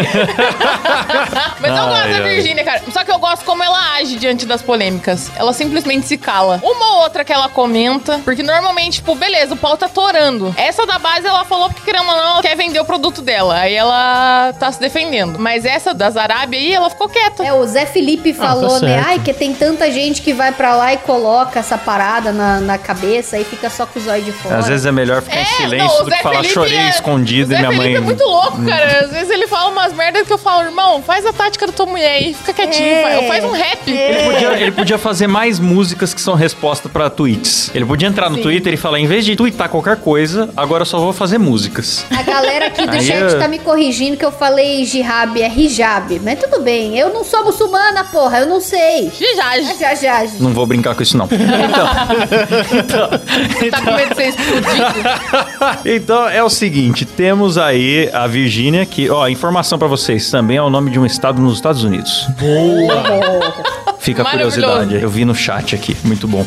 Mas eu gosto Ai, da ai. Virgínia, cara. Só que eu gosto como ela age diante das polêmicas. Ela simplesmente se cala. Uma ou outra que ela comenta, porque normalmente, tipo, beleza, o pau tá torando. Essa da base, ela falou porque, querendo ou não, ela quer vender o produto dela. Aí ela tá se defendendo. Mas essa da Zarábia aí, ela ficou quieta. É, o Zé Felipe falou, né? certo. Ai, que tem tanta gente que vai pra lá e coloca essa parada na, na cabeça e fica só com os olhos de fora. Às vezes é melhor ficar em É, silêncio não, o do que Zé falar Felipe chorei é- escondido o e Zé minha Felipe mãe. é muito louco, cara. Às vezes ele fala umas merdas que eu falo, irmão, faz a tática da tua mulher aí, fica quietinho, É. fa- faz um rap. É. Ele podia, ele podia fazer mais músicas que são resposta pra tweets. Ele podia entrar no Twitter e falar, em vez de tweetar qualquer coisa, agora eu só vou fazer músicas. A galera aqui do Aí chat eu- tá me corrigindo que eu falei jihab, é hijab. Mas tudo bem, eu não sou muçulmana, porra, eu não sei. Jijaj, Já, já, já. Não vou brincar com isso, não. Então, tá com medo de ser explodido. então é o seguinte, temos aí a Virgínia que, ó, informação pra vocês, também é o nome de um estado nos Estados Unidos. Fica a Maravilhoso. curiosidade, eu vi no chat aqui, muito bom.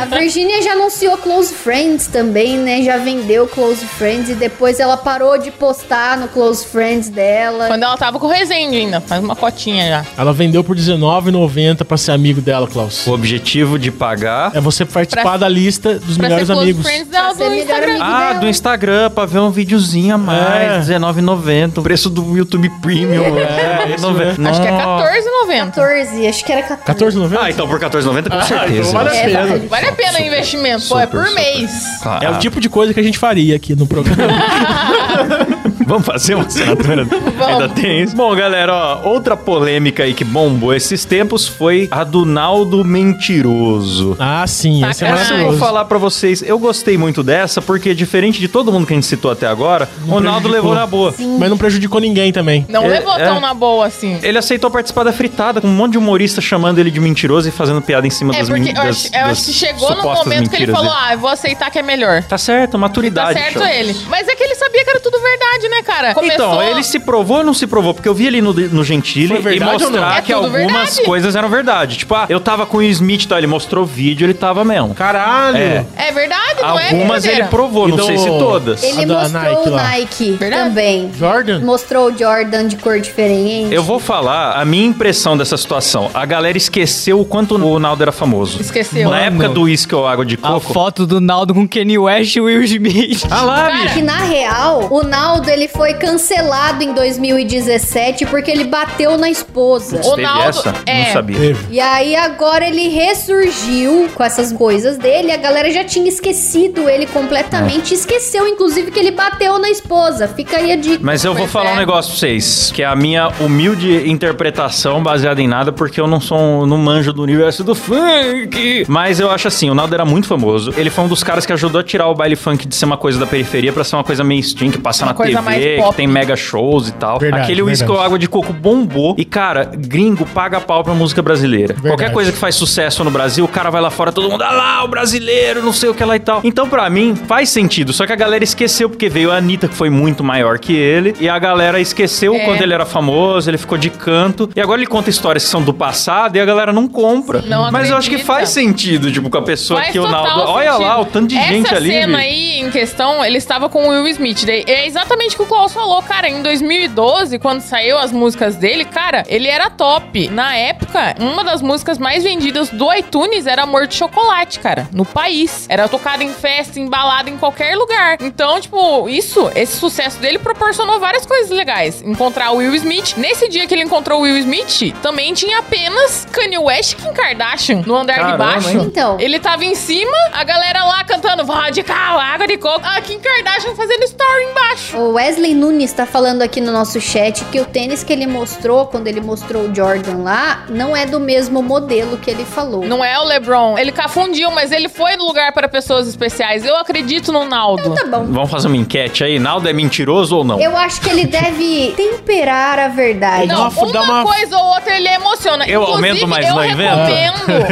A Virginia já anunciou Close Friends também, né? Já vendeu Close Friends e depois ela parou de postar no Close Friends dela. Quando ela tava com o Resende ainda, faz uma cotinha já. Ela vendeu por R$19,90 pra ser amigo dela, Klaus. O objetivo de pagar... É você participar Pra- da lista dos Pra melhores ser close amigos. friends dela Pra ser do melhor Instagram. amigo. Ah, dela. do Instagram, pra ver um videozinho a mais, R$19,90. O É. preço do YouTube Premium. É, isso mesmo. Acho que é Nossa. 14,90. 14, acho que era 14. 14,90? Ah, então por 14,90 com certeza. então vale a né? pena. Vale a pena o investimento, pô, é super, por super. mês. Claro. É o tipo de coisa que a gente faria aqui no programa. Vamos fazer uma assinatura? Ainda tem isso. Bom, galera, ó, outra polêmica aí que bombou esses tempos foi a do Naldo Mentiroso. ah, sim, essa é Sacanagem. Essa eu vou maravilhoso. falar pra vocês, eu gostei muito dessa, porque diferente de todo mundo que a gente citou até agora, o Naldo prejudicou. levou na boa. Mas não prejudicou ninguém também. Não É, levou tão é. na boa assim. Ele aceitou participar da fritada, com um monte de humorista chamando ele de mentiroso e fazendo piada em cima É das né? porque mentiras. eu acho, eu acho que chegou no momento que ele falou, ah, eu vou aceitar que é melhor. Tá certo, Tá maturidade. certo chama. ele. Mas é que ele sabia que era tudo verdade, né, cara? Então, ele se provou ou não se provou? Porque eu vi ele no, no Gentili Foi e verdade ou não? mostrar É que tudo algumas verdade. coisas eram verdade. Tipo, ah, eu tava com o Smith, tá? Ele mostrou o vídeo, ele tava mesmo. Caralho! É. É verdade, não é Algumas ele brincadeira. provou, não Então, sei se todas. Ele A da mostrou Nike o lá. Nike Verdade. também. Jordan? Mostrou o Jordan de cor diferente. Eu vou falar a minha impressão dessa situação. A galera esqueceu o quanto o Naldo era famoso. Esqueceu. Na época do uísque ou água de A coco. foto do Naldo com Kanye West e Will Smith. Ah lá, Cara, bicho. Que na real, o Ronaldo, ele foi cancelado em 2017 porque ele bateu na esposa. Ô, Ronaldo, essa? Não é. sabia. Teve. E aí agora ele ressurgiu com essas coisas dele. A galera já tinha esquecido ele É. completamente. Esqueceu, inclusive, que ele bateu na esposa. Fica aí a dica. Mas eu vou Pois falar é. um negócio pra vocês, que é a minha humilde interpretação baseada em nada, porque eu não sou um, não manjo do universo do funk. Mas eu acho assim, o Naldo era muito famoso. Ele foi um dos caras que ajudou a tirar o baile funk de ser uma coisa da periferia pra ser uma coisa mainstream, que passa Uma na coisa mais TV, que pop. tem mega shows e tal. Verdade, Aquele uísque verdade. ou água de coco bombou. E, cara, gringo paga pau pra música brasileira. Qualquer coisa que faz sucesso no Brasil, o cara vai lá fora, todo mundo, ah lá, o brasileiro, não sei o que lá e tal. Então, pra mim, faz sentido. Só que a galera esqueceu, porque veio a Anitta, que foi muito maior que ele. E a galera esqueceu É. quando ele era famoso, ele ficou de canto. E agora ele conta histórias que são do passado e a galera não compra. não Mas eu acho que acredita. faz sentido, tipo, com a pessoa Faz que o total Naldo. Olha sentido. lá, o tanto de Essa gente ali. cena bicho. aí em questão, ele estava com o Will Smith. Daí, é exatamente o que o Klaus falou, cara. Em 2012, quando saiu as músicas dele, cara, ele era top. Na época, uma das músicas mais vendidas do iTunes era Amor de Chocolate, cara. No país. Era tocada em festa, em balada, em qualquer lugar. Então, tipo, isso, esse sucesso dele proporcionou várias coisas legais. Encontrar o Will Smith. Nesse dia que ele encontrou o Will Smith, também tinha apenas Kanye West e Kim Kardashian no andar Caramba, de baixo. hein? Então. Ele tava em cima, a galera lá cantando radical, água de coco. A Kim Kardashian fazendo story embaixo. O Wesley Nunes tá falando aqui no nosso chat que o tênis que ele mostrou, quando ele mostrou o Jordan lá, não é do mesmo modelo que ele falou. Não é o LeBron. Ele cafundiu, mas ele foi no lugar para pessoas especiais. Eu acredito no Naldo. Tá bom. Vamos fazer uma enquete aí. Naldo é mentiroso ou não? Eu acho que ele deve temperar a verdade. Não, Dá uma- dá uma, uma- coisa ou outra ele emociona. Eu aumento, mas eu não invento. recomendo.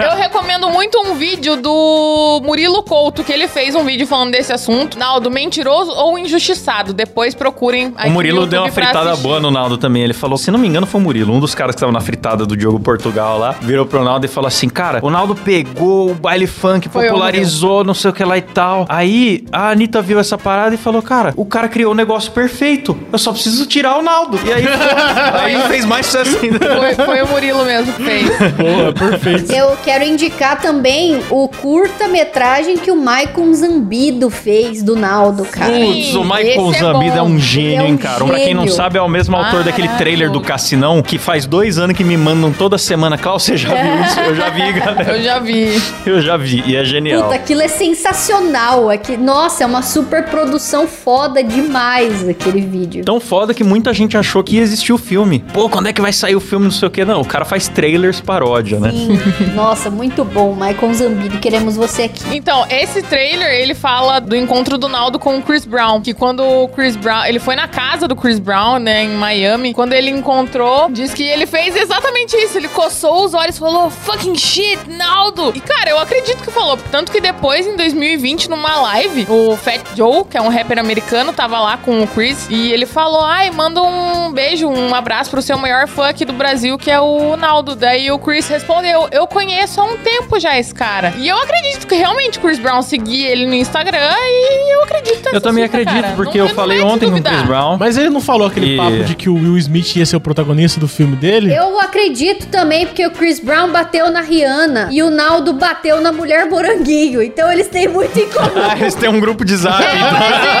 eu recomendo muito um vídeo do Murilo Couto, que ele fez um vídeo falando desse assunto. Naldo, mentiroso ou injustiçado? Depois procurem aqui O no Murilo deu uma YouTube pra fritada assistir. boa né? no Naldo também. Ele falou, se não me engano, foi o Murilo, um dos caras que tava na fritada do Diogo Portugal lá, virou pro Naldo e falou assim: Cara, o Naldo pegou o baile funk, Foi o popularizou, não sei o que lá e tal. Aí a Anitta viu essa parada e falou: Cara, o cara criou um negócio perfeito. Eu só preciso tirar o Naldo. E aí, aí fez mais sucesso ainda. Foi, foi o Murilo mesmo que fez. Boa, perfeito. Eu quero indicar também o curta-metragem que o Maicon Zambido fez do Naldo, cara. Putz, o Michael esse é Ah, Zambida é, bom. um gênio, Ele é um hein, cara? Pra quem não gênio. sabe, é o mesmo autor daquele Caralho. trailer do Cassinão, que faz dois anos que me mandam toda semana. Klaus, você já viu isso? Eu já vi, galera. Eu já vi. Eu já vi, e é genial. Puta, aquilo é sensacional. Aqui, nossa, é uma super produção foda demais aquele vídeo. Tão foda que muita gente achou que ia existir o filme. Pô, quando é que vai sair o filme? Não sei o que. Não, o cara faz trailers paródia, né? Sim, nossa, muito bom, Maicon Zambido. Queremos você aqui. Então, esse trailer, ele fala do encontro do Naldo com o Chris Brown. Que quando o Chris Brown... Ele foi na casa do Chris Brown, né, em Miami. Quando ele encontrou, diz que ele fez exatamente isso. Ele coçou os olhos e falou, fucking shit, Naldo! E, cara, eu acredito que falou. Tanto que depois, em 2020, numa live, o Fat Joe, que é um rapper americano, tava lá com o Chris. E ele falou, ai, manda um beijo, um abraço pro seu maior fã aqui do Brasil, que é o Naldo. Daí o Chris respondeu, eu conheço há um tempo já esse cara. E eu acredito que realmente o Chris Brown seguia ele no Instagram e eu acredito nessa Eu também fita, acredito, cara. porque Não- eu não falei é de ontem com o duvidar. Chris Brown. Mas ele não falou aquele E- papo de que o Will Smith ia ser o protagonista do filme dele? Eu acredito também, porque o Chris Brown bateu na Rihanna e o Naldo bateu na mulher moranguinho. Então eles têm muito em comum. Ah, eles têm um grupo de zap. É um exemplo.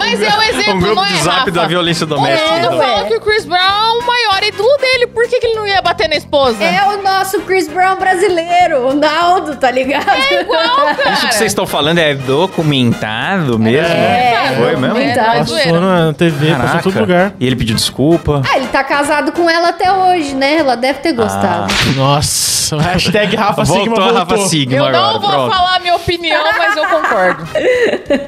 Mas é um exemplo, um grupo não é, de zap Rafa? da violência doméstica. Todo mundo É. fala que o Chris Brown é o maior ídolo dele. Por que, que ele não ia bater na esposa? É o nosso Chris Brown brasileiro, o Naldo, tá ligado? É igual, cara. Isso que vocês estão falando é documentado mesmo? É, Foi mesmo? documentado. É, Nossa, não é Passou zoeira. na TV, passou em todo lugar. E ele pediu desculpa. Ah, ele tá casado com ela até hoje, né? Ela deve ter gostado. Ah. Nossa, hashtag Rafa voltou Sigma a voltou. Rafa Sigma Eu agora. não vou Pronto. falar minha opinião, mas eu concordo.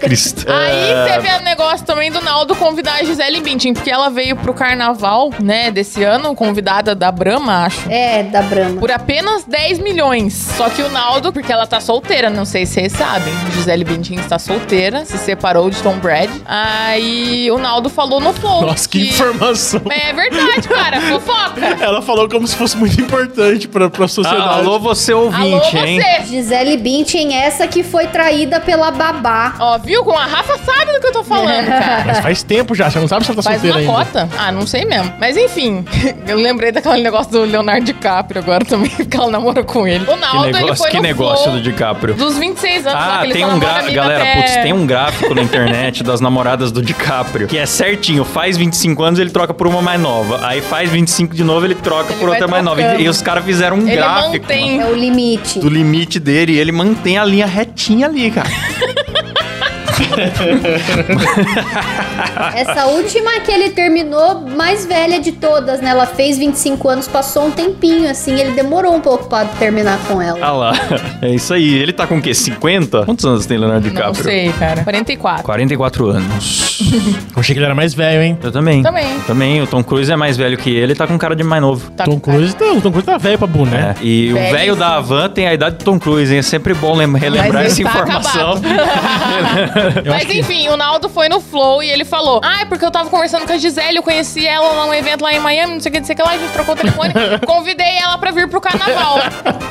Cristo. Aí É, teve o negócio também do Naldo convidar a Gisele Bündchen, porque ela veio pro carnaval, né, desse ano, convidada da Brahma, acho. É, da Brahma. Por apenas 10 milhões. Só que o Naldo, porque ela tá solteira, não sei se vocês sabem. Gisele Bündchen está solteira, se separou de Tom Brady. Aí o Naldo falou no Flow. Nossa, que informação. É verdade, cara. Fofoca. Ela falou como se fosse muito importante pra, pra sociedade. Ah, Alô, você Alô, ouvinte, hein? você! Gisele Bündchen, essa que foi traída pela babá. Ó, viu? Com a Rafa sabe do que eu tô falando, cara. Mas faz tempo já, você não sabe se ela tá Faz solteira uma ainda. cota. Ah, não sei mesmo. Mas enfim, eu lembrei daquele negócio do Leonardo DiCaprio agora também, porque ela namorou com ele. O Que Naldo, ele negócio, foi que no negócio flow do DiCaprio. dos 26 anos lá, Ah, que ele tem só um namora gráfico, amiga galera, até- putz, tem um gráfico na internet das namoradas do DiCaprio, que é certinho, faz 25 anos, ele troca por uma mais nova. Aí faz 25 de novo, ele troca Ele por outra vai mais nova. trocando. E, e os caras fizeram um Ele gráfico mantém. mano, É o limite. do limite dele e ele mantém a linha retinha ali, cara. Essa última que ele terminou, mais velha de todas, né? Ela fez 25 anos, passou um tempinho, assim. Ele demorou um pouco pra terminar com ela. Ah lá, é isso aí. Ele tá com o quê? 50? Quantos anos tem Leonardo Não DiCaprio? sei, cara. 44. 44 anos. Eu achei que ele era mais velho, hein? Eu também. Também. Eu também. O Tom Cruise é mais velho que ele, tá com cara de mais novo. Tá Tom com cara. Cruise, não, Tom Cruise tá velho pra boné. É, e o Velhíssimo. velho da Havan tem a idade do Tom Cruise, hein? É sempre bom lem- relembrar ele essa tá informação. É. Eu Mas acho que- enfim, o Naldo foi no Flow e ele falou: Ah, é porque eu tava conversando com a Gisele, eu conheci ela num evento lá em Miami, não sei o que, não sei o que lá, a gente trocou o telefone, convidei ela pra vir pro carnaval.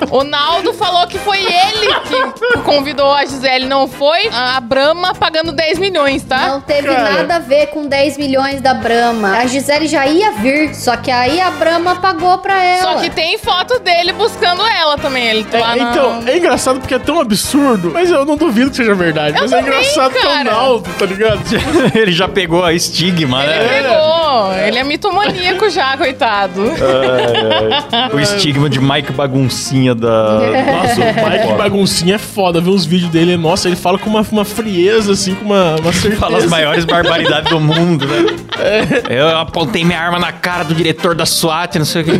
o Naldo falou que foi ele que convidou a Gisele, não foi a Brahma pagando 10 milhões, tá? Não teve Cara. nada a ver com 10 milhões da Brahma. A Gisele já ia vir, só que aí a Brahma pagou pra ela. Só que tem foto dele buscando ela também. Ele tá É, lá na- então, é engraçado porque é tão absurdo, mas eu não duvido que seja verdade. Eu mas é também, engraçado que é o cara. Naldo, tá ligado? ele já pegou a estigma, Ele né? pegou. Ele é mitomaníaco já, coitado. É O estigma de Mike Baguncinha da. Nossa, o pai que baguncinha é foda ver os vídeos dele. Nossa, ele fala com uma, uma frieza, assim, com uma, uma certeza. Fala as maiores barbaridades do mundo, né? Eu apontei minha arma na cara do diretor da SWAT, não sei o que.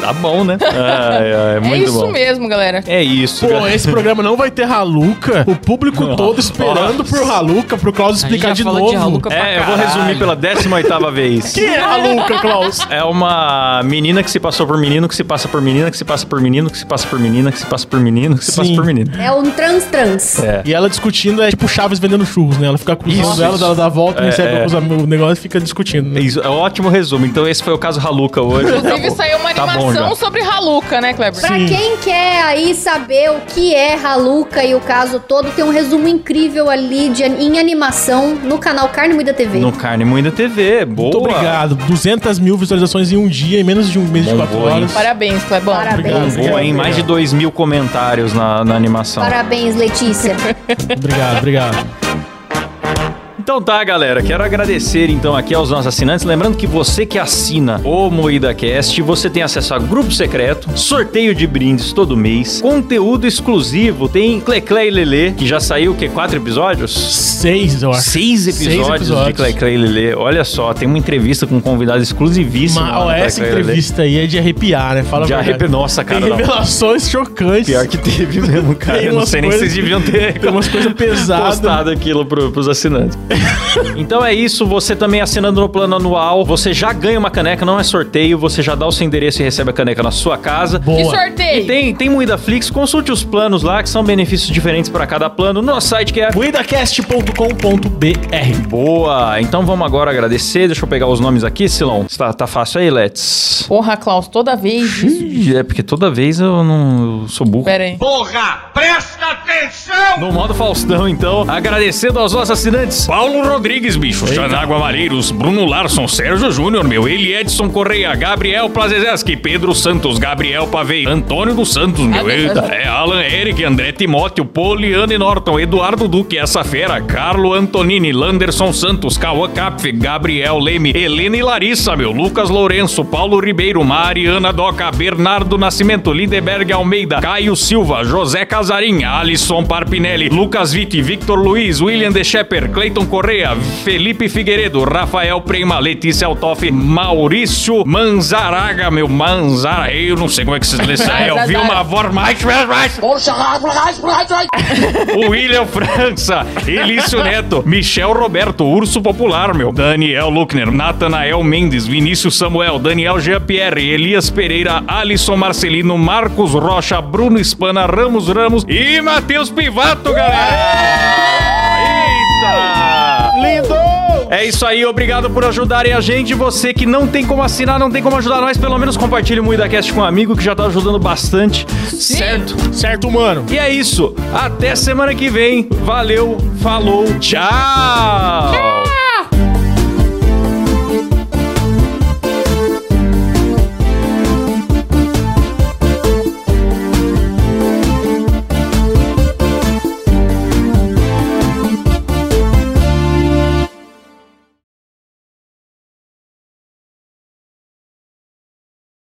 Tá bom, né? Ai, ai, é muito isso bom. mesmo, galera. É isso. Pô, cara. esse programa não vai ter Raluca. O público Nossa. todo esperando pro Raluca, pro Klaus explicar já de falou novo. de Raluca pra É, eu vou caralho. resumir pela 18 vez. Quem é Raluca, Klaus? É uma menina que se passou por menino, que se passa por menina, que se passa por menino, que se passa por menina, que se passa por menino, que se passa Sim. por menino. É um trans-trans. É. E ela discutindo é tipo Chaves vendendo churros, né? Ela fica acusando Isso, ela, isso. ela dá a volta, É, recebe é. os am- o negócio e fica discutindo. É Né? Isso, é um ótimo resumo. Então esse foi o caso Haluca hoje. Inclusive, Tá bom. saiu uma Tá bom animação já. sobre Haluca, né, Kleber? Pra Sim. quem quer aí saber o que é Haluca e o caso todo, tem um resumo incrível ali de, em animação no canal Carne Moída TV. No Carne Moída TV. Boa. Muito obrigado. 200 mil visualizações em um dia, em menos de um mês de Bom, 4 boa, hein? horas. Parabéns, é Clebão. Parabéns. Obrigado. Boa, hein? Mais de 2 mil comentários na, na animação. Parabéns, Letícia. Obrigado, obrigado. Então tá, galera. Quero agradecer então aqui aos nossos assinantes. Lembrando que você que assina o MoídaCast, você tem acesso a grupo secreto, sorteio de brindes todo mês, conteúdo exclusivo. Tem Cleclé e Lelê, que já saiu o quê? Quatro episódios? Seis, eu acho. Seis episódios, de episódios. Cleclé e Lelê. Olha só, tem uma entrevista com um convidado exclusivíssimo. lá Mas, no ó, Cleclé essa e Lelê. entrevista aí é de arrepiar, né? Fala a tá De verdade. arrepio, nossa, cara. um Tem não. revelações chocantes. Pior que teve mesmo, cara. Tem Eu não umas sei nem se coisas- vocês deviam ter Tem umas coisas pesadas. postado aquilo pro, pros assinantes. então é isso. Você também assinando no plano anual, você já ganha uma caneca, não é sorteio. Você já dá o seu endereço e recebe a caneca na sua casa. Que Boa. sorteio! E tem, tem Moída Flix, consulte os planos lá, que são benefícios diferentes para cada plano, no site que é Cuidacast.com.br Boa! Então vamos agora agradecer. Deixa eu pegar os nomes aqui, Silão. Tá, tá fácil aí, Let's. Porra, Klaus, toda vez. isso. Ih, É porque toda vez eu não eu sou burro. Pera aí. Porra, presta atenção! No modo Faustão, então, agradecendo aos nossos assinantes. Paulo Rodrigues, bicho. Xanágua Mareiros, Bruno Larson, Sérgio Júnior, meu. Eli Edson Correia, Gabriel Plazezeski, Pedro Santos, Gabriel Pavei, Antônio dos Santos, meu. Ah, Eita. É Alan Eric, André Timóteo, Poliane Norton, Eduardo Duque, essa fera, Carlo Antonini, Landerson Santos, Cauã Capf, Gabriel Leme, Helena e Larissa, meu. Lucas Lourenço, Paulo Ribeiro, Mariana Doca, Bernardo Nascimento, Lindeberg Almeida, Caio Silva, José Casarim, Alisson Parpinelli, Lucas Vitti, Victor Luiz, William De Shepper, Cleiton Correa, Felipe Figueiredo, Rafael Prema, Letícia Altoff, Maurício Manzaraga, meu Manzara, eu não sei como é que se lê isso aí, eu vi uma voz mais, mais, mais. O William França, Elício Neto, Michel Roberto, Urso Popular, meu. Daniel Luckner, Natanael Mendes, Vinícius Samuel, Daniel Jean-Pierre, Elias Pereira, Alisson Marcelino, Marcos Rocha, Bruno Espana, Ramos Ramos e Matheus Pivato, galera! Eita! Lindo! É isso aí, obrigado por ajudarem a gente. Você que não tem como assinar, não tem como ajudar nós, pelo menos compartilhe o MuidaCast com um amigo que já tá ajudando bastante, certo? Certo, mano? E é isso. Até semana que vem. Valeu, falou, tchau.